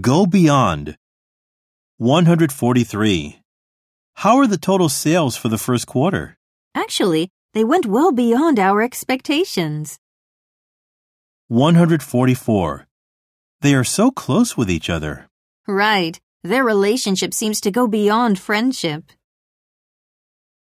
Go beyond. 143. How are the total sales for the first quarter? Actually, they went well beyond our expectations. 144. They are so close with each other. Right. Their relationship seems to go beyond friendship.